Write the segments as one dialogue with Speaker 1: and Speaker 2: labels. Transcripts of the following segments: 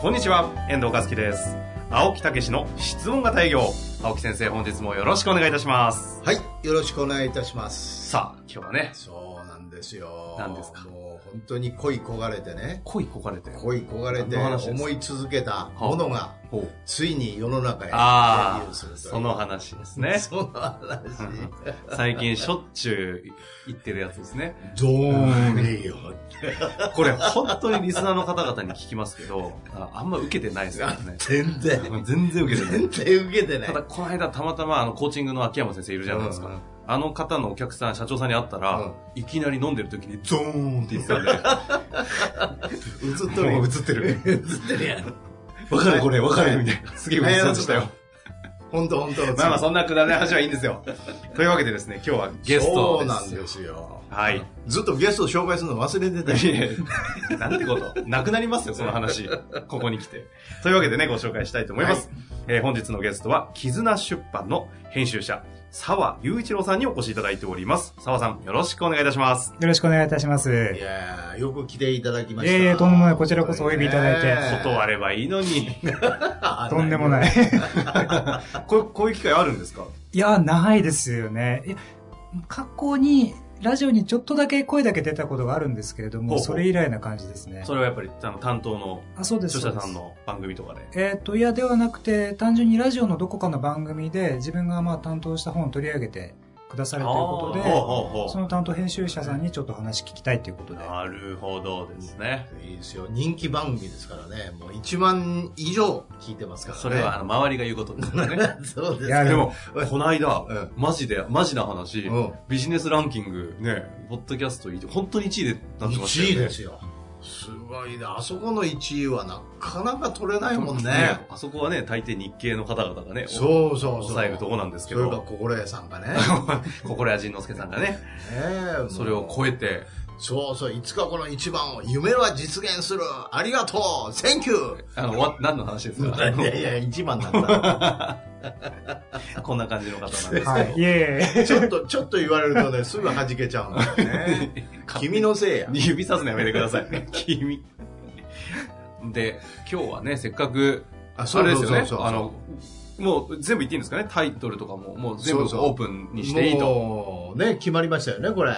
Speaker 1: こんにちは、遠藤和樹です。青木武の質問型営業。青木先生、本日もよろしくお願いいたします。
Speaker 2: はい、よろしくお願いいたします。
Speaker 1: さあ、今日はね、
Speaker 2: そうなんですよ。
Speaker 1: 何ですか
Speaker 2: もう本当に恋焦がれてね、
Speaker 1: 恋焦がれて。
Speaker 2: 恋焦がれて
Speaker 1: 何の話です
Speaker 2: 思い続けたものが、
Speaker 1: ほう
Speaker 2: ついに世の中へ
Speaker 1: あ
Speaker 2: 流
Speaker 1: あ、
Speaker 2: 入するという
Speaker 1: その話ですね。
Speaker 2: その話。
Speaker 1: 最近しょっちゅう言ってるやつですね。
Speaker 2: どうねよ。
Speaker 1: これ本当にリスナーの方々に聞きますけど、ああんま受けてないですからね。
Speaker 2: 全然、
Speaker 1: 全然受けてない
Speaker 2: 全。然受けてない
Speaker 1: た。だ、この間たまたまあのコーチングの秋山先生いるじゃないですか。
Speaker 2: うんうん
Speaker 1: あの方のお客さん、社長さんに会ったら、
Speaker 2: うん
Speaker 1: いきなり飲んでる時にゾーンって言ってたんで、
Speaker 2: 映っとる
Speaker 1: も
Speaker 2: よ
Speaker 1: う映ってる
Speaker 2: 映ってるやん。
Speaker 1: わかるこれ、わかるみたいな。すげえ嬉しそうでしたよ。
Speaker 2: 本当本当
Speaker 1: まあまあ、そんなくだらない話はいいんですよ。というわけでですね、今日はゲスト
Speaker 2: そう
Speaker 1: です。
Speaker 2: なんですよ。
Speaker 1: はい。
Speaker 2: ずっとゲストを紹介するの忘れてたよ
Speaker 1: いやなんてこと。なくなりますよ、その話。ここに来て。というわけでね、ご紹介したいと思います。えー本日のゲストは、絆出版の編集者、沢雄一郎さんにお越しいただいております。沢さん、よろしくお願いいたします。
Speaker 3: よろしくお願いいたします。
Speaker 2: いやーよく来ていただきま
Speaker 3: い
Speaker 2: した。
Speaker 3: えいえとんでもないこちらこそお呼びいただいて
Speaker 2: ねえ
Speaker 1: 断ればいいのに。
Speaker 3: とんでもない。
Speaker 1: こうこういう機会あるんですか
Speaker 3: いや、ないですよね。いや過去に、ラジオにちょっとだけ声だけ出たことがあるんですけれど
Speaker 1: ほう
Speaker 3: も、
Speaker 1: ほう
Speaker 3: それ以来な感じですね。
Speaker 1: それはやっぱり、あの、担当の、
Speaker 3: あ、そうです。
Speaker 1: 著者さん
Speaker 3: そう
Speaker 1: の番組とかで。
Speaker 3: です。えっ、と、いや、ではなくて、単純にラジオのどこかの番組で、自分がまあ担当した本を取り上げてくださるというこ
Speaker 1: あーほう
Speaker 3: と
Speaker 1: ほうほ
Speaker 3: で、
Speaker 1: う
Speaker 3: その担当編集者さんにちょっと話聞きたいということで。
Speaker 1: なるほどですね。
Speaker 2: いいですよ。人気番組ですからね。もう1万以上聞いてますからね。
Speaker 1: それは、あの、周りが言うことですよね。
Speaker 2: そうです
Speaker 3: いや
Speaker 1: で
Speaker 2: か。
Speaker 1: も、この間、
Speaker 2: うん
Speaker 1: マジで、マジな話、
Speaker 2: うん
Speaker 1: ビジネスランキング、ね、ポッドキャストいいと、本当に1位でなってましたよ
Speaker 2: 1
Speaker 1: ね。
Speaker 2: 位ですよ。すごいね。あそこの1位はなかなか取れないもんね
Speaker 1: ね。あそこはね、大抵日系の方々がね、う
Speaker 2: そうそうそう。
Speaker 1: 抑えるとこなんですけ
Speaker 2: それが
Speaker 1: ど、
Speaker 2: 心得さんが ね。ね
Speaker 1: 心谷仁之助さんがね、
Speaker 2: え
Speaker 1: それを超えて、
Speaker 2: そうそう。いつかこの1番を、夢は実現する。ありがとう。センキュ
Speaker 1: あの、わ何の話ですか
Speaker 2: ー。いやいや、1番だった。
Speaker 1: こんな感じの方なんですけど、
Speaker 3: はい。いえいえ。
Speaker 2: ちょっと、ちょっと言われるとね、すぐ弾けちゃうんだよ ね。君のせいや。
Speaker 1: 指さすのやめてください。 君。で、今日はね、せっかく、
Speaker 2: あ
Speaker 1: あれですよね。
Speaker 2: そうそうそうそう
Speaker 1: あの、もう全部言っていいんですかねタイトルとかも、もう全部オ
Speaker 2: そうそう
Speaker 1: ープンにしていいと。
Speaker 2: もうね、決まりましたよね、これ。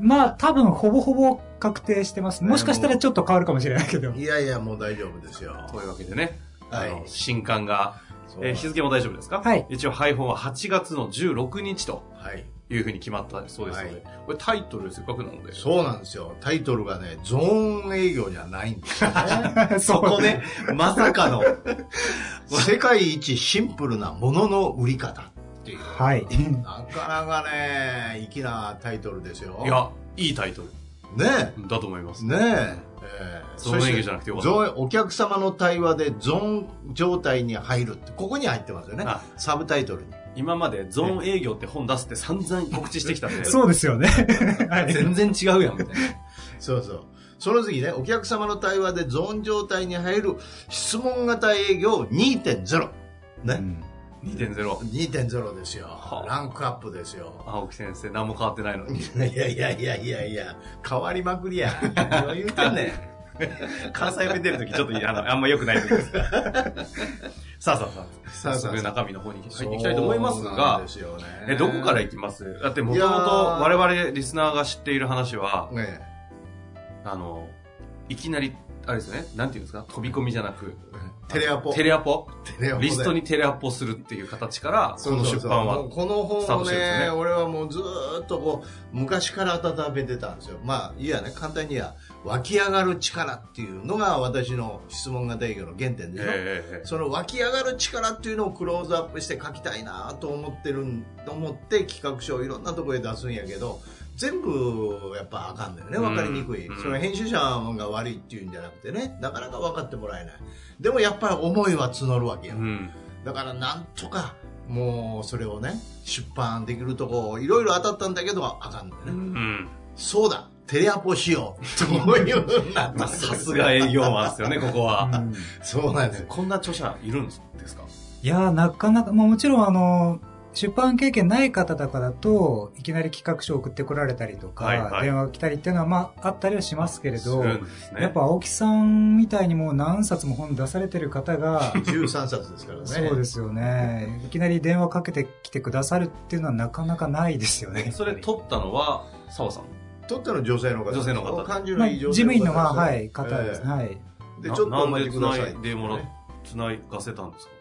Speaker 3: まあ、多分、ほぼほぼ確定してます。もしかしたらちょっと変わるかもしれないけど。
Speaker 2: いやいや、もう大丈夫ですよ。
Speaker 1: というわけでね、あ
Speaker 2: はい
Speaker 1: の、新刊が、
Speaker 2: そう
Speaker 1: えー日付も大丈夫ですか
Speaker 3: はい
Speaker 1: 一応配本は8月の16日と
Speaker 2: はい。
Speaker 1: いうふうに決まったそうですので、
Speaker 2: はい
Speaker 1: これタイトルせっかくなので、
Speaker 2: そうなんですよ。タイトルがね、ゾーン営業じゃないんですよ ね。
Speaker 1: そこね、まさか の、
Speaker 2: 世界一シンプルなものの売り方っていう。
Speaker 3: はい。
Speaker 2: なかなかね、粋なタイトルですよ。
Speaker 1: い。や、いいタイトル
Speaker 2: ね
Speaker 1: だと思います。
Speaker 2: え。ねえ。えー
Speaker 1: ゾーン営業じゃなくてよかった
Speaker 2: ゾーンお客様の対話でゾーン状態に入るって、ここに入ってますよね
Speaker 1: あ。
Speaker 2: サブタイトルに。
Speaker 1: 今までゾーン営業って本出すって散々告知してきた んで、
Speaker 3: そうですよね。はい。
Speaker 1: 全然違うやん、みたいな。
Speaker 2: そうそう。その次ね、お客様の対話でゾーン状態に入る質問型営業2.0。ね。
Speaker 1: 2.0。
Speaker 2: 2.0ですよ
Speaker 1: は。あ
Speaker 2: ランクアップですよ。
Speaker 1: 青木先生、何も変わってないのに。
Speaker 2: いやいやいやいやいや、変わりまくりや。何を言うてんねん。
Speaker 1: 関西弁出るとき、ちょっとあのあんま良くない時です。さあさあさあ、
Speaker 2: さあさあ
Speaker 1: 早速中身の方に入っていきたいと思います
Speaker 2: そうなん
Speaker 1: が
Speaker 2: で、すよね
Speaker 1: えどこから行きますだってもともと
Speaker 2: いやー
Speaker 1: 我々リスナーが知っている話は、
Speaker 2: ね
Speaker 1: あの、いきなり、あれですね、なんていうんですか、飛び込みじゃなく、
Speaker 2: テレアポ。
Speaker 1: テレアポ
Speaker 2: テレアポで
Speaker 1: リストにテレアポするっていう形から、こ
Speaker 2: そう
Speaker 1: の
Speaker 2: そう
Speaker 1: 出
Speaker 2: そう
Speaker 1: 版
Speaker 2: も
Speaker 1: は。
Speaker 2: うこの
Speaker 1: スタート
Speaker 2: 本を
Speaker 1: してるんですね
Speaker 2: ね、俺はもうずーっとこう、昔から温めてたんですよ。まあ、いやね、簡単に言えば湧き上がる力っていうのが私の質問型営業の原点でしょ。
Speaker 1: ええ
Speaker 2: その湧き上がる力っていうのをクローズアップして書きたいなと思ってるん、と思って企画書をいろんなところへ出すんやけど、全部やっぱあかんだよね分かりにくい、
Speaker 1: うんうん
Speaker 2: その編集者が悪いっていうんじゃなくてねなかなか分かってもらえないでもやっぱり思いは募るわけよ、
Speaker 1: うん。
Speaker 2: だからなんとかもうそれをね出版できるとこいろいろ当たったんだけどあかんだよね、
Speaker 1: うん。
Speaker 2: そうだテレアポしようというふうになった
Speaker 1: まあ、 さすが営業マンですよね、ここは。
Speaker 3: うん
Speaker 2: そうなんですよ
Speaker 1: こんな著者いるんですか
Speaker 3: いやー、なかなか、まあもちろんあの、出版経験ない方とかだと、いきなり企画書送ってこられたりとか、
Speaker 1: はいはい
Speaker 3: 電話が来たりっていうのは、まああったりはしますけれど、
Speaker 1: するんですね。
Speaker 3: やっぱ青木さんみたいにもう何冊も本出されてる方が、
Speaker 2: 13冊ですからね
Speaker 3: そうですよね。いきなり電話かけてきてくださるっていうのはなかなかないですよね。
Speaker 1: それ取ったのは、澤さん。
Speaker 2: 取ったの女性の方
Speaker 1: 女性の方
Speaker 2: 感じ
Speaker 3: ま
Speaker 2: の
Speaker 3: あ、
Speaker 2: いい
Speaker 3: 事
Speaker 2: 女性
Speaker 3: 務員の、まあ、
Speaker 2: 方
Speaker 3: は
Speaker 2: で
Speaker 3: い、方ですね。
Speaker 2: え
Speaker 3: はい。
Speaker 2: え
Speaker 1: な
Speaker 2: でちょっとお待ちくださ
Speaker 1: なんで繋いでもらっ
Speaker 2: ね
Speaker 1: 繋いがせたんですか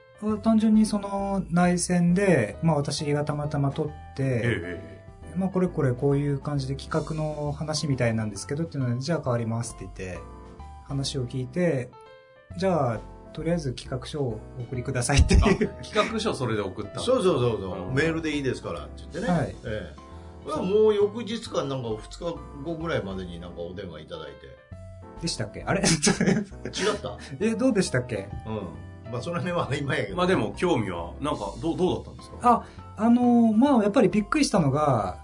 Speaker 3: 単純にその内戦で、まあ私がたまたま撮って、
Speaker 1: え
Speaker 3: まあこれこれこういう感じで企画の話みたいなんですけどっていうので、じゃあ変わりますって言って、話を聞いて、じゃあとりあえず企画書をお送りくださいってい
Speaker 1: えええ
Speaker 3: う。
Speaker 1: あ企画書それで送ったの
Speaker 2: そうそうそうそう、
Speaker 1: うん
Speaker 2: メールでいいですからって言ってね、
Speaker 3: はい
Speaker 2: ええまあもう翌日かなんか2日後ぐらいまでになんかお電話いただいて
Speaker 3: でしたっけあれ
Speaker 2: 違 った
Speaker 3: え、どうでしたっけ
Speaker 2: うんまあその辺は今やけど、
Speaker 1: まあでも興味は、なんかどう、どうだったんですか
Speaker 3: ああの、まあやっぱりびっくりしたのが、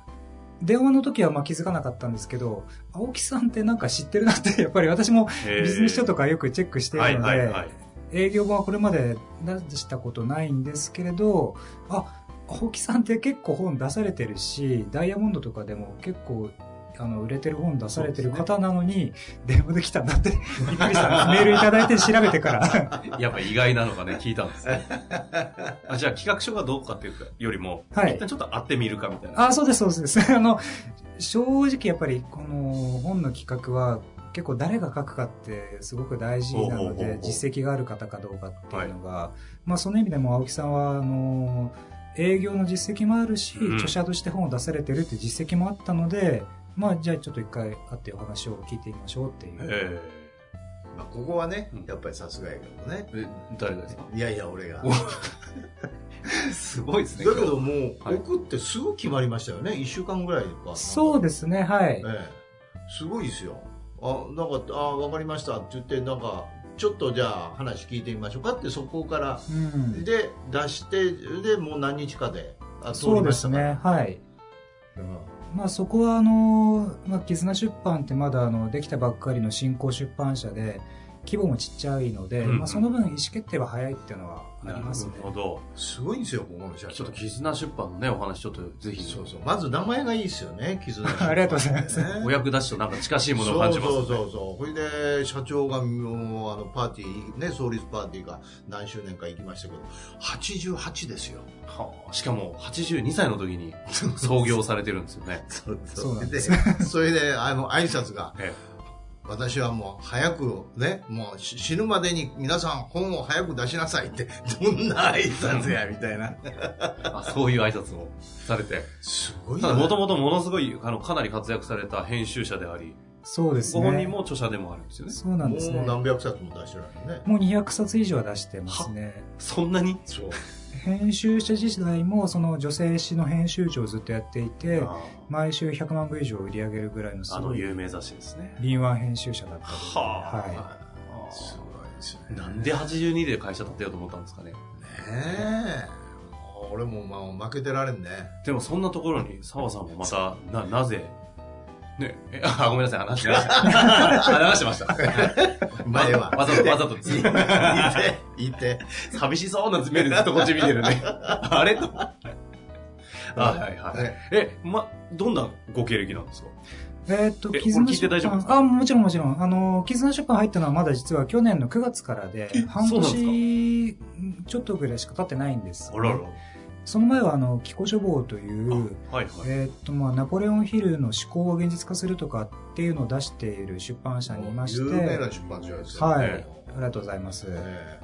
Speaker 3: 電話の時はまあ気づかなかったんですけど、青木さんってなんか知ってるなって、やっぱり私も
Speaker 1: へえ
Speaker 3: ビジネス書とかよくチェックしているので、
Speaker 1: はいはい はい。
Speaker 3: 営業本はこれまで出したことないんですけれど、あ、青木さんって結構本出されてるし、ダイヤモンドとかでも結構、あの、売れてる本出されてる方なのに、電話できたんだって、びっくりしたんです。メールいただいて調べ てから。
Speaker 1: やっぱ意外なのがね、聞いたんですね。あじゃあ企画書がどうかっていうかよりも、
Speaker 3: はい
Speaker 1: 一旦ちょっと会ってみるかみたいな。
Speaker 3: あ、そうです、そうです。 あの、正直やっぱりこの本の企画は、結構誰が書くかってすごく大事な
Speaker 1: ほうほう
Speaker 3: の
Speaker 1: ほうほう
Speaker 3: で、実績がある方かどうかっていうのが、まあその意味でも青木さんは、あの、営業の実績もあるし、
Speaker 1: うん
Speaker 3: 著者として本を出されてるっていう実績もあったので、まあじゃあちょっと一回会ってお話を聞いてみましょうっていう。
Speaker 1: え
Speaker 2: まあここはね
Speaker 1: うん
Speaker 2: やっぱりさすがやけどね
Speaker 1: ええ誰ですか
Speaker 2: いやいや俺が
Speaker 1: お
Speaker 2: だ
Speaker 1: すごいです
Speaker 2: け
Speaker 1: ね。今日
Speaker 2: どもう
Speaker 1: はい
Speaker 2: 送ってすぐ決まりましたよね1週間ぐらいか
Speaker 3: そう
Speaker 2: で
Speaker 3: ですね、はい
Speaker 2: す、。ええすごいですよあなんかあ分かりましたって言ってなんかちょっとじゃあ話聞いてみましょうかってそこから
Speaker 3: うん。
Speaker 2: で出してでもう何日かであ通
Speaker 3: そ
Speaker 2: り
Speaker 3: うで
Speaker 2: まし
Speaker 3: す
Speaker 2: たか
Speaker 3: ね
Speaker 2: ら、
Speaker 3: はい。まあ、そこはあの、まあ、絆出版ってまだあのできたばっかりの新興出版社で規模もちっちゃいので、
Speaker 1: うんうん
Speaker 3: まあ、その分意思決定は早いっていうのはあ
Speaker 1: な
Speaker 3: り
Speaker 1: る
Speaker 3: ますね。
Speaker 1: ほど。
Speaker 2: うんすごいんですよここの社
Speaker 1: ちょ
Speaker 2: 長
Speaker 1: っと絆出版のね、お話ちょっとぜひ、
Speaker 2: そうそうまず名前がいいですよね絆
Speaker 3: ありがとうございます
Speaker 2: ね
Speaker 1: お役立ちとなんか近しいものを感じます。
Speaker 2: そうそうそうそうほいで社長がもうあのパーティーね創立パーティーが何周年か行きましたけど88ですよ
Speaker 1: はあしかも、82歳の時に 創業されてるんですよね。
Speaker 2: そう
Speaker 3: そうなん
Speaker 2: で
Speaker 3: で
Speaker 2: それであの挨拶が
Speaker 1: え
Speaker 2: 私はもう早くね、もうし死ぬまでに皆さん本を早く出しなさいって、どんな挨拶や、みたいな。
Speaker 1: えあそういう挨拶をされて。
Speaker 2: すごい
Speaker 1: た
Speaker 2: よ
Speaker 1: だ、
Speaker 2: ね
Speaker 1: もともとものすごい、あの、かなり活躍された編集者であり、
Speaker 3: そうです
Speaker 1: ご
Speaker 3: ね。
Speaker 1: 本人も著者でもあるんですよね。
Speaker 3: そうなんですね。
Speaker 2: もう
Speaker 3: も
Speaker 2: 何百冊も出してないよね。
Speaker 3: う200冊以上は出してますね。
Speaker 1: そんなに
Speaker 2: そう。
Speaker 3: 編集者時代もその女性誌の編集長をずっとやっていて、毎週100万部以上売り上げるぐらいのす
Speaker 1: あ
Speaker 3: ご
Speaker 1: の
Speaker 3: い
Speaker 1: 有名雑誌ですね。
Speaker 3: 敏腕編集者だったので、
Speaker 1: はあ
Speaker 3: は
Speaker 2: すごいですね。
Speaker 1: なんで82で会社建てようと思ったんですかね。
Speaker 2: ねえ。俺もまあ負けてられんね。
Speaker 1: でもそんなところに澤さんもまた、な、なぜ、ね、え、あ、ごめんなさい、話して ました。話してました。
Speaker 2: 前は。
Speaker 1: わざと、わざとです。
Speaker 2: いて、いて。
Speaker 1: 寂しそうな目でずっとこっち見てるね。あれと。あ、はいはい。
Speaker 2: ね
Speaker 1: え、ま、どんなご経歴なんですか
Speaker 3: い。えーっと、
Speaker 1: え
Speaker 3: 絆
Speaker 1: これ聞いて
Speaker 3: 出
Speaker 1: 大丈夫で
Speaker 3: 版
Speaker 1: す。か
Speaker 3: あ、もちろんもちろん。あの、絆出版入ったのはまだ実は去年の9月からで、半
Speaker 1: そうなんですか
Speaker 3: 年ちょっとぐらいしか経ってないんです。
Speaker 1: あらら。
Speaker 3: その前は、あの、気候処方という、
Speaker 1: あはいはい。
Speaker 3: えーっと、まあ、ナポレオンヒルの思考を現実化するとかっていうのを出している出版社にいまして、
Speaker 2: 有名な出版社ですよね。
Speaker 3: はい、
Speaker 1: え
Speaker 3: ありがとうございます。
Speaker 2: え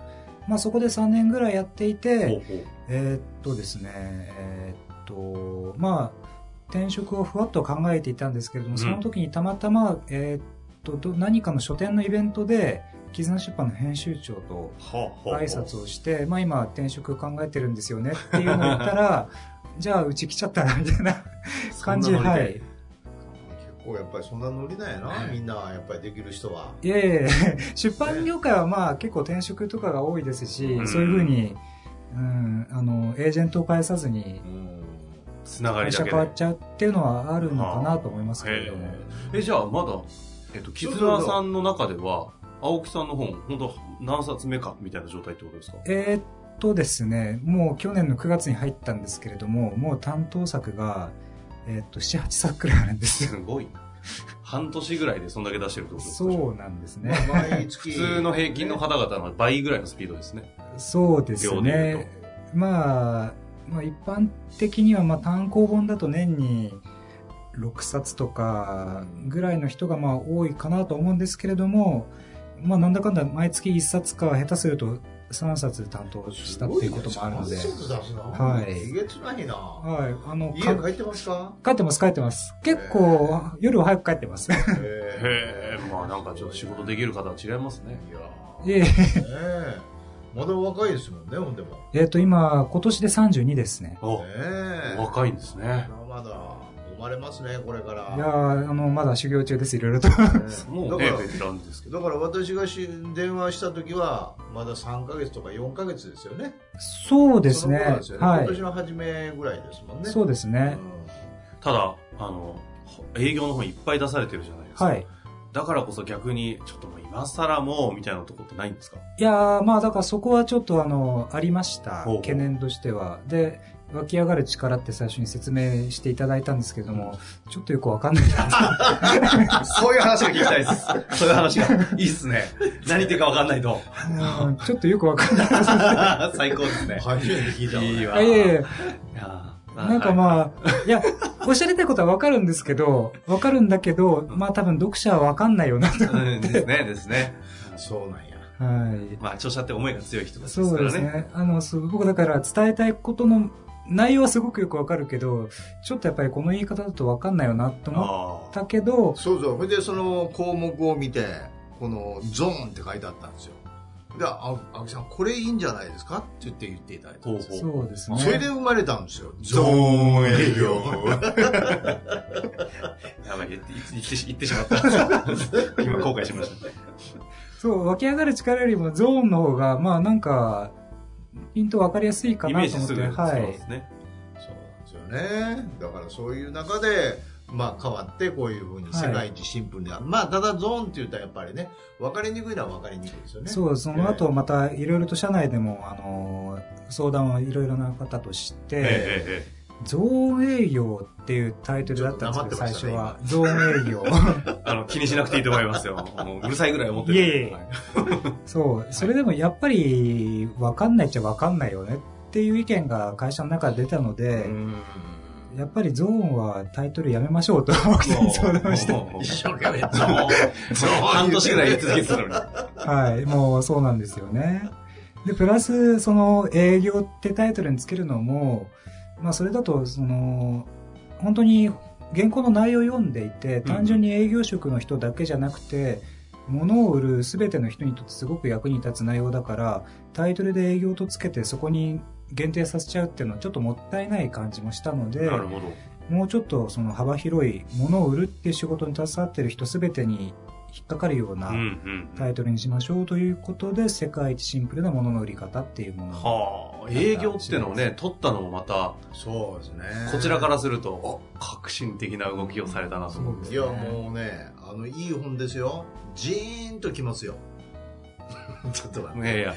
Speaker 3: まあ、そこで3年ぐらいやっていて、
Speaker 1: ほうほう
Speaker 3: えーっとですね、えーっと、まあ、転職をふわっと考えていたんですけれども、
Speaker 1: うん
Speaker 3: その時にたまたま、えーっと、ど何かの書店のイベントで、絆出版の編集長と
Speaker 1: はあはあ
Speaker 3: 挨拶をして、まあ今転職考えてるんですよね っていうのを言ったら、じゃあうち来ちゃったらみたいな感じで、
Speaker 1: そんなノ
Speaker 3: は
Speaker 1: リで
Speaker 3: い。
Speaker 2: 構やっぱりそんなノリなんやな、
Speaker 1: ね
Speaker 2: みんなやっぱりできる人 は。
Speaker 3: いやいやいや出版業界はまあ結構転職とかが多いですし、
Speaker 1: ん
Speaker 3: そういうふうに、うん、あのエージェントを介さずに
Speaker 2: うん
Speaker 1: つなが
Speaker 3: 会
Speaker 1: り
Speaker 3: 社
Speaker 1: だけ
Speaker 3: 変わっ
Speaker 1: で。
Speaker 3: ちゃうっていうのはあるのかなと思いますけれども、
Speaker 1: え、じゃあまだ、えっと、キズナさんの中では、青木さんの本、本当何冊目かみたいな状態ってことですか
Speaker 3: えーっとですねもう去年の9月に入ったんですけれどももう担当作が、えーっと78作くらいあるんですよ
Speaker 1: すごいな。半年ぐらいでそんだけ出してるってことですか
Speaker 3: そうなんですね、
Speaker 2: まあ毎月
Speaker 1: 普通の平均の方々の倍ぐらいのスピードですね。
Speaker 3: そうです
Speaker 1: 量で言う
Speaker 3: ね、まあ、まあ一般的にはまあ単行本だと年に6冊とかぐらいの人がまあ多いかなと思うんですけれども、まあ、なんだかんだ毎月1冊か下手すると3冊担当したっていうこともあるので。
Speaker 2: すごいね三冊出すな
Speaker 3: はい
Speaker 2: えげつないな。
Speaker 3: はい、あの
Speaker 2: 家
Speaker 3: か
Speaker 2: 帰ってますか
Speaker 3: 帰ってます帰ってます結構夜は早く帰ってます
Speaker 2: へ
Speaker 1: へえ、まあなんかちょっと仕事できる方は違いますね。
Speaker 2: いやー
Speaker 3: いえいえ
Speaker 2: ねえまだ若いですもんね、ほんでも。
Speaker 3: えっと今今年で32ですね
Speaker 1: お
Speaker 2: ね、え
Speaker 1: 若いんですね。
Speaker 2: まだまだ生まれますね、これから。
Speaker 3: いやーあのまだ修行中ですいろいろと
Speaker 1: もう
Speaker 2: だ
Speaker 1: ね、
Speaker 2: から
Speaker 1: ベテランですけど。
Speaker 2: だから私がし電話した時はまだ3か月とか4か月ですよね。
Speaker 3: そうですね
Speaker 2: その頃なんですよね
Speaker 3: は
Speaker 2: 今年
Speaker 3: い
Speaker 2: の初めぐらいですもんね。
Speaker 3: そうですね
Speaker 1: ただ、あの、ほ営業の本いっぱい出されてるじゃないですか。
Speaker 3: はい
Speaker 1: だからこそ逆に、ちょっともう今更もう、みたいなとこってないんですか
Speaker 3: いやーまあだからそこはちょっとあのありました
Speaker 1: ほう
Speaker 3: 懸念としてはで湧き上がる力って最初に説明していただいたんですけども、ちょっとよくわかんないな
Speaker 1: そういう話が聞きたいです。 そういう話が。いいっすね。何言ってるか分かんないと。
Speaker 3: うんちょっとよくわかんないです
Speaker 1: 最高ですね。
Speaker 2: うん初めて聞いたわね
Speaker 1: いいわ
Speaker 3: いやいやいや
Speaker 1: いやー
Speaker 3: なんかまあ、いや、おっしゃりたいことはわかるんですけど、わかるんだけど、まあ多分読者はわかんないよ なと。
Speaker 1: あ。うんですね、ですね。
Speaker 2: そうなんや。
Speaker 3: はい。
Speaker 1: まあ、著者って思いが強い人たちで
Speaker 3: そ
Speaker 1: すか
Speaker 3: うで
Speaker 1: ら
Speaker 3: す
Speaker 1: ね。
Speaker 3: ね。あの、すごくだから伝えたいことの内容はすごくよくわかるけど、ちょっとやっぱりこの言い方だとわかんないよなと思っ
Speaker 1: ああ。
Speaker 3: たけど、
Speaker 2: そうそう。それでその項目を見て、このゾーンって書いてあったんですよ。で、あ、青木さん、これいいんじゃないですかって言って言っていただいたんですよ。
Speaker 1: ほう
Speaker 3: そうですね。
Speaker 2: それで生まれたんですよ。
Speaker 1: ゾーン営業
Speaker 2: は
Speaker 1: やばい、言って言って言ってしまった。今、後悔しました。
Speaker 3: そう、湧き上がる力よりもゾーンの方が、まあなんか、ピンとわかりやすいか
Speaker 1: イメ
Speaker 3: な
Speaker 1: ー
Speaker 3: と
Speaker 1: ジ
Speaker 3: 思っ
Speaker 1: すぐ
Speaker 3: て、は
Speaker 1: そう
Speaker 3: い
Speaker 1: で。すね。
Speaker 2: そうなんですよね。だからそういう中で、まあ変わってこういうふうに世界一シンプルである。まあただゾーンって言ったらやっぱりね、分かりにくいのは分かりにくいですよね。
Speaker 3: そう、その後またいろいろと社内でも、あの、相談をいろいろな方として、
Speaker 1: ええええ
Speaker 3: ゾーン営業っていうタイトルだったんですけど、
Speaker 2: ちょっと黙ってま
Speaker 3: 最
Speaker 2: した
Speaker 3: 初
Speaker 2: ね
Speaker 3: は。ゾーン営業。
Speaker 1: ええあの、気にしなくていいと思いますよ。もううるさいぐらい思って
Speaker 3: いえいえ
Speaker 1: はい
Speaker 3: そう。それでもやっぱり、わかんないっちゃわかんないよねっていう意見が会社の中で出たので、
Speaker 2: うん
Speaker 3: やっぱりゾーンはタイトルやめましょうと、青木さんに相談して。
Speaker 1: もう
Speaker 2: 一生懸命
Speaker 1: ゾー
Speaker 2: ゾ
Speaker 1: ン
Speaker 2: ゾーン
Speaker 1: 半年ぐらい言い続けてたのに。
Speaker 3: はい。もうそうなんですよね。で、プラス、その、営業ってタイトルにつけるのも、まあそれだと、その、本当に原稿の内容を読んでいて、単純に営業職の人だけじゃなくて、物を売る全ての人にとってすごく役に立つ内容だから、タイトルで営業とつけてそこに限定させちゃうっていうのはちょっともったいない感じもしたので、
Speaker 1: なるほど。
Speaker 3: もうちょっとその幅広い物を売るっていう仕事に携わってる人全てに引っかかるような、
Speaker 1: うんうんうん。
Speaker 3: タイトルにしましょうということで、世界一シンプルなものの売り方っていうものを。
Speaker 1: はあ、営業ってのをね、取ったのもまた、
Speaker 2: そうですね。
Speaker 1: こちらからすると、革新的な動きをされたなと思って。
Speaker 2: いやもうね、あの、いい本ですよ。ジーンときますよ。 ちょっと待っ
Speaker 1: いやいや、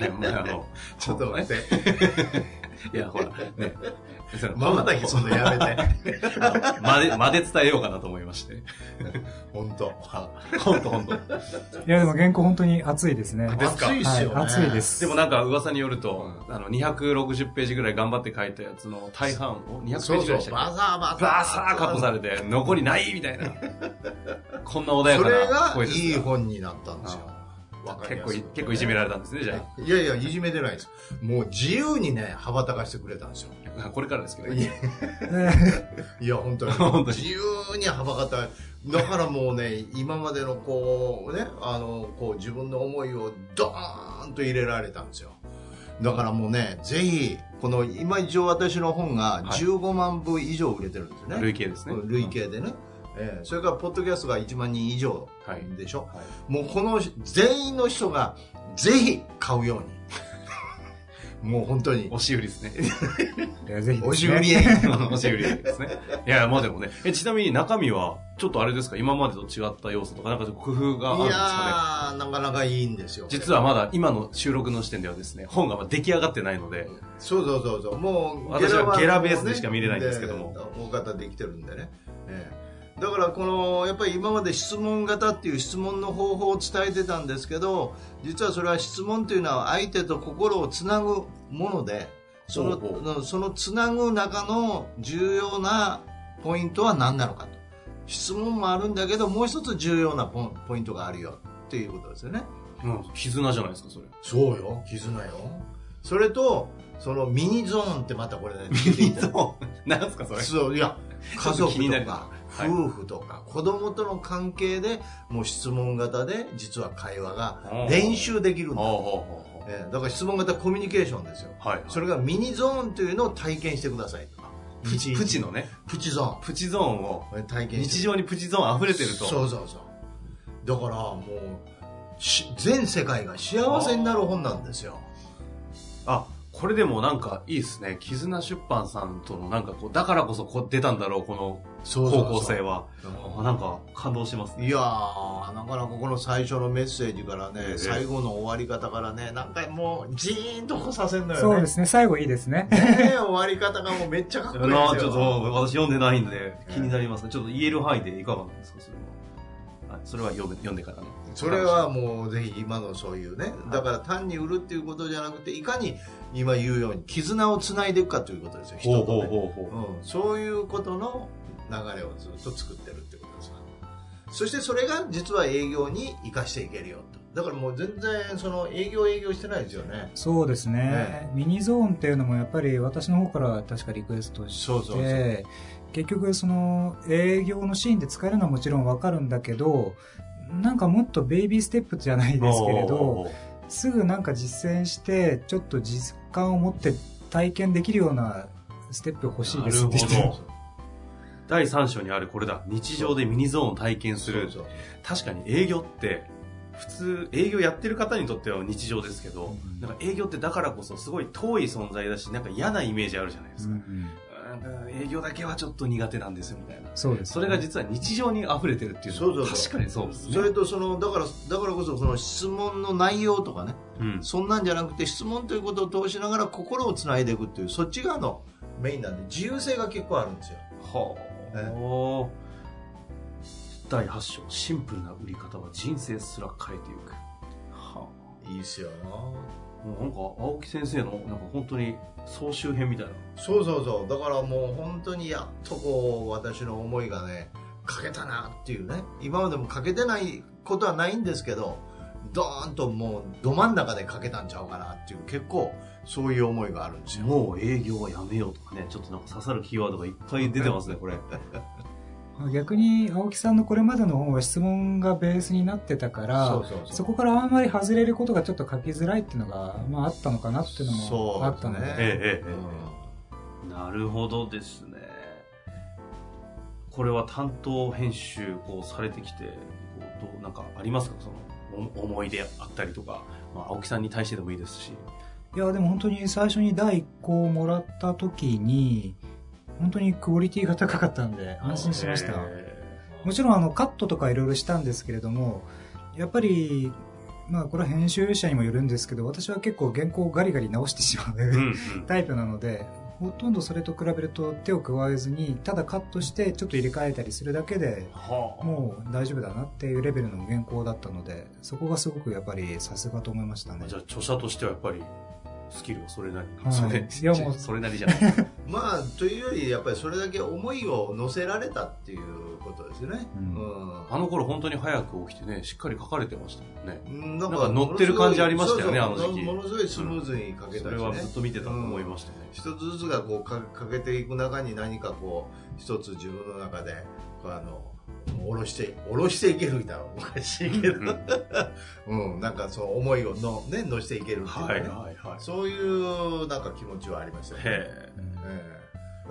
Speaker 1: いやもうあの、
Speaker 2: て。ちょっと待って。
Speaker 1: いや、ほら、ね。
Speaker 2: まばたきそんなやめて。
Speaker 1: まで、まで伝えようかなと思いまして。
Speaker 2: 本当。
Speaker 1: ほんとほんと。
Speaker 3: いや、でも原稿本当に熱いですね。
Speaker 1: ですか
Speaker 2: 暑いっすよね。
Speaker 3: はい、熱いで。す。
Speaker 1: でもなんか噂によると、あの、260ページぐらい頑張って書いたやつの大半を200ペ
Speaker 2: そ
Speaker 1: ー
Speaker 2: う
Speaker 1: ジぐ
Speaker 2: そ
Speaker 1: らいうでし、たっ
Speaker 2: バザーバ
Speaker 1: け
Speaker 2: ザー。
Speaker 1: バーサーカットされて、残りないみたい な。こんな穏や
Speaker 2: それ
Speaker 1: かな
Speaker 2: が
Speaker 1: 声
Speaker 2: い
Speaker 1: で
Speaker 2: い
Speaker 1: すが。
Speaker 2: 本になったんですよ。わか
Speaker 1: 結
Speaker 2: りや
Speaker 1: 構
Speaker 2: す
Speaker 1: い、結構いじめられたんですね、じゃ
Speaker 2: いやいや、いじめてないです。もう自由にね、羽ばたかしてくれたんですよ。
Speaker 1: あ。これからですけど
Speaker 2: い
Speaker 1: ね。
Speaker 2: や
Speaker 3: え
Speaker 2: いや、本当 に。
Speaker 1: 本当に
Speaker 2: 自由に羽ばかった。だからもうね、今までのこう、ね、あの、こう自分の思いをドーンと入れられたんですよ。だからもうね、ぜひ、この、今一応私の本が
Speaker 1: はい
Speaker 2: 15万部以上売れてるんですよね。
Speaker 1: 累計ですね。
Speaker 2: 累計でね。ええそれからポッドキャストが1万人以上でしょ、
Speaker 1: はい
Speaker 2: もうこの全員の人がぜひ買うように もう本当に
Speaker 1: 押し売りですね。
Speaker 3: いやぜひですね、
Speaker 2: 押し 売り営業
Speaker 1: 押し売りですね。いや、まあでもね。え、ちなみに中身は、ちょっとあれですか今までと違った要素とか、なんかちょっと工夫があるん
Speaker 2: い
Speaker 1: ですかね
Speaker 2: やーなかなかいいんですよ
Speaker 1: 実はまだ今の収録の時点ではですね、本がまだ出来上がってないので、
Speaker 2: そうそうそうそうもう
Speaker 1: 私は
Speaker 2: 版
Speaker 1: ゲラベースでしか見れないんですけども
Speaker 2: で大型できてるんでね、ええだからこのやっぱり今まで質問型っていう質問の方法を伝えてたんですけど実はそれは質問というのは相手と心をつなぐものでその
Speaker 1: ほう
Speaker 2: そのつなぐ中の重要なポイントは何なのかと質問もあるんだけどもう一つ重要なポンポイントがあるよっていうことですよね
Speaker 1: うん、絆じゃないですか、それ。
Speaker 2: そうよ絆よそれとそのミニゾーンってまたこれねつけていただいて
Speaker 1: そう。なんですか、それ。
Speaker 2: そういや家
Speaker 1: ちょっと
Speaker 2: 族
Speaker 1: 気にな
Speaker 2: と
Speaker 1: る
Speaker 2: か
Speaker 1: なはい
Speaker 2: 夫婦とか子供との関係でもう質問型で実は会話が
Speaker 1: うん
Speaker 2: 練習できるんだ、
Speaker 1: ほうほうほうほ
Speaker 2: えーだから質問型コミュニケーションですよ
Speaker 1: うはい。
Speaker 2: それがミニゾーンというのを体験してください
Speaker 1: プチ、プチのね、
Speaker 2: プチゾーン
Speaker 1: プチゾーンを、
Speaker 2: これ体験して
Speaker 1: 日常にプチゾーン溢れてると。
Speaker 2: そうそうそうだからもうし全世界が幸せになる本なんですよ
Speaker 1: あこれでもなんかいいですね絆出版さんとのなんかこうだからこそこう出たんだろうこの
Speaker 2: そうそうそう
Speaker 1: 方向性はあなんか感動しますね
Speaker 2: いやー、なかなかこの最初のメッセージからね、
Speaker 1: ええ
Speaker 2: 最後の終わり方からね、なんかもう、じーんとこさせんのよね。
Speaker 3: そうですね、最後いいですね。
Speaker 2: ねえ終わり方がもうめっちゃかっこいい
Speaker 1: な
Speaker 2: です
Speaker 1: ちょっと
Speaker 2: よ。
Speaker 1: 私読んでないんで気になりますがちょっと言える範囲でいかがなんですかそれは、はい、それは読め読んでからね
Speaker 2: それはもうぜひ今のそういうね、だから単に売るっていうことじゃなくて、いかに今言うように絆をつないでいくかということですよ、
Speaker 1: ほう
Speaker 2: 人と、
Speaker 1: ほう
Speaker 2: ね
Speaker 1: ほうほう
Speaker 2: うん。そういうことの流れをずっと作ってるってことですからそしてそれが実は営業に生かしていけるよと。だからもう全然その営業営業してないですよね。
Speaker 3: そうですね、ミニゾーンっていうのもやっぱり私の方から確かリクエストして
Speaker 2: そうそうそう
Speaker 3: 結局その営業のシーンで使えるのはもちろんわかるんだけどなんかもっとベイビーステップじゃないですけれど
Speaker 1: おー
Speaker 3: すぐなんか実践してちょっと実感を持って体験できるようなステップ欲しいですって言って
Speaker 1: なるほど第3章にあるこれだ日常でミニゾーンを体験する
Speaker 2: そうそう
Speaker 1: 確かに営業って普通営業やってる方にとっては日常ですけど、
Speaker 3: うん
Speaker 1: なんか営業ってだからこそすごい遠い存在だしなんか嫌なイメージあるじゃないです
Speaker 3: う
Speaker 1: か、
Speaker 3: ん
Speaker 1: うん営業だけはちょっと苦手なんですよみたいな
Speaker 3: そうです
Speaker 1: そ
Speaker 3: ね、
Speaker 1: れが実は日常に溢れてるっていうのは
Speaker 2: そうそうそう
Speaker 1: 確かにそうですね
Speaker 2: それとそのだからだからこそその質問の内容とかね
Speaker 1: うん、
Speaker 2: そんなんじゃなくて質問ということを通しながら心をつないでいくっていうそっち側のメインなんで自由性が結構あるんですよ
Speaker 1: はあ第8章シンプルな売り方は人生すら変えていくはあ
Speaker 2: いいっすよ
Speaker 1: もうなんか青木先生のなんか本当に総集編みたいな
Speaker 2: そうそうそうだからもう本当にやっとこう私の思いがねかけたなっていうね今までもかけてないことはないんですけどドーンともうど真ん中でかけたんちゃうかなっていう結構そういう思いがあるんですよ
Speaker 1: もう営業はやめようとかねちょっとなんか刺さるキーワードがいっぱい出てますねこれ
Speaker 3: 逆に青木さんのこれまでの本は質問がベースになってたから
Speaker 2: そうそうそう
Speaker 3: そこからあんまり外れることがちょっと書きづらいっていうのが、まあ、あったのかなっていうのもあったの
Speaker 2: そう
Speaker 3: で
Speaker 2: ですね
Speaker 1: ええええ
Speaker 2: うん
Speaker 1: なるほどですね。これは担当編集こうされてきて、こうどうなんかありますかそのお思い出あったりとか、まあ、青木さんに対してでもいいですし。
Speaker 3: いやでも本当に最初に第一稿をもらった時に本当にクオリティが高かったんで安心しました、
Speaker 1: え
Speaker 3: もちろんあのカットとかいろいろしたんですけれどもやっぱりまあこれは編集者にもよるんですけど私は結構原稿をガリガリ直してしまう、
Speaker 1: ーうんうん。
Speaker 3: タイプなのでほとんどそれと比べると手を加えずにただカットしてちょっと入れ替えたりするだけで
Speaker 1: はあ。
Speaker 3: もう大丈夫だなっていうレベルの原稿だったのでそこがすごくやっぱりさすがと思いましたね
Speaker 1: じゃあ著者としてはやっぱりスキルはそれなり。
Speaker 3: はい
Speaker 1: それ
Speaker 3: いやもう
Speaker 1: それなりじゃない。
Speaker 2: まあというよりやっぱりそれだけ思いを乗せられたっていうことですね。
Speaker 3: う
Speaker 2: うんん。
Speaker 1: あの頃本当に早く起きてね、しっかり書かれてましたもんね。
Speaker 2: うん
Speaker 1: なんか乗ってる感じありましたよね
Speaker 2: そうそう
Speaker 1: あの時期
Speaker 2: ものすごいスムーズにかけ
Speaker 1: そ
Speaker 2: た
Speaker 1: れ
Speaker 2: し
Speaker 1: は
Speaker 2: ね
Speaker 1: ずっ。と見てたと思いましたね。
Speaker 2: 一つずつがこうかかけていく中に何かこう一つ自分の中でこうあの下ろして下ろしていけるみたいなのおかしいけど、
Speaker 1: うんは
Speaker 2: うん、なんかそう思いをのね乗していけるっていうか
Speaker 1: い
Speaker 2: ね、
Speaker 1: はいはい。
Speaker 2: そういうなんか気持ちはありましたね。
Speaker 1: へえ。
Speaker 2: ええ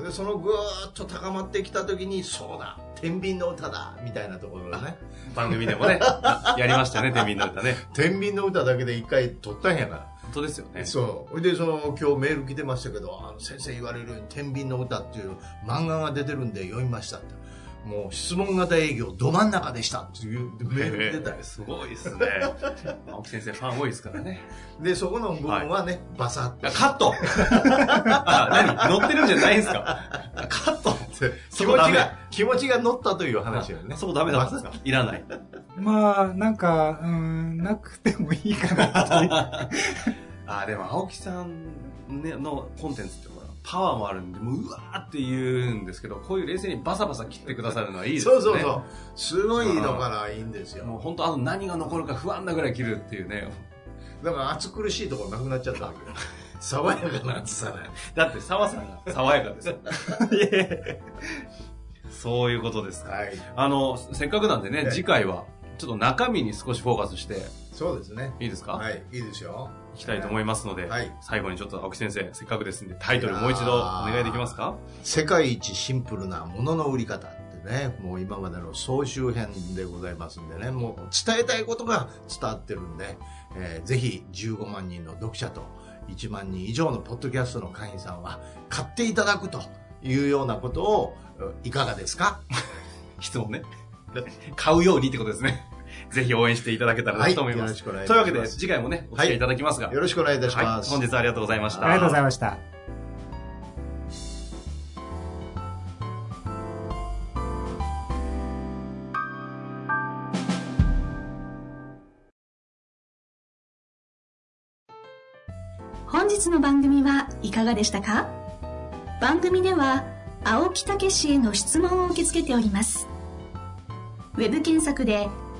Speaker 2: でそのぐーっと高まってきた時にそうだ天秤の歌だみたいなところがね
Speaker 1: 番組でもね、 やりましたね、天秤の歌ね。
Speaker 2: 天秤の歌だけで一回撮ったんやな、
Speaker 1: 本当ですよね。
Speaker 2: そうほいでその今日メール来てましたけどあの先生言われるように「天秤の歌」っていう漫画が出てるんで読みましたってもう質問型営業ど真ん中でしたっていうメール来てたよ
Speaker 1: えーすごいですね。青木先生、ファン多いですからね。
Speaker 2: でそこの部分はね、バサッ
Speaker 1: あカット あ何乗ってるんじゃないんですかカット
Speaker 2: て気
Speaker 1: そ
Speaker 2: 持
Speaker 1: こダ
Speaker 2: ち
Speaker 1: メ
Speaker 2: が気持ちが乗ったという話よね
Speaker 1: そこダメだったんですかいらない。
Speaker 3: まあ、なんか、うーん、なくてもいいかなって いう。
Speaker 1: あーでも青木さんねのコンテンツってほらパワーもあるんでもううわーって言うんですけどこういう冷静にバサバサ切ってくださるのはいいですね
Speaker 2: そうそうそうすごいのからいいんですよ
Speaker 1: もう本当あの何が残るか不安なぐらい切るっていうね
Speaker 2: だから暑苦しいところなくなっちゃったわけよ 爽やかな暑さね
Speaker 1: だって澤さんが爽やかですよ そういうことですか
Speaker 2: はい
Speaker 1: あのせっかくなんで
Speaker 2: え
Speaker 1: ね
Speaker 2: え
Speaker 1: 次回はちょっと中身に少しフォーカスして
Speaker 2: そうですね
Speaker 1: いいですか、
Speaker 2: はいいいですよ
Speaker 1: いきたいと思いますので、
Speaker 2: はい
Speaker 1: 最後にちょっと青木先生せっかくですんでタイトルもう一度お願いできますか
Speaker 2: 世界一シンプルなものの売り方ってねもう今までの総集編でございますんでねもう伝えたいことが伝わってるんで、えーぜひ15万人の読者と1万人以上のポッドキャストの会員さんは買っていただくというようなことをえいかがですか
Speaker 1: 質問ね。買うようにってことですね。 ぜひ応援していただけたらなと思い
Speaker 2: よ
Speaker 1: ま
Speaker 2: ろ
Speaker 1: す。
Speaker 2: しくお願いい
Speaker 1: と
Speaker 2: た
Speaker 1: いう
Speaker 2: し
Speaker 1: わ
Speaker 2: ま
Speaker 1: けです次回もね、お付き合いいただきますが、
Speaker 2: よろしくお願いいたし
Speaker 1: は
Speaker 2: ま
Speaker 1: い、
Speaker 2: す、
Speaker 1: 本日はありがとうございました。
Speaker 3: ありがとうございました。
Speaker 4: 本日の番組はいかがでしたか番組では青木武氏への質問を受け付けておりますウェブ検索で「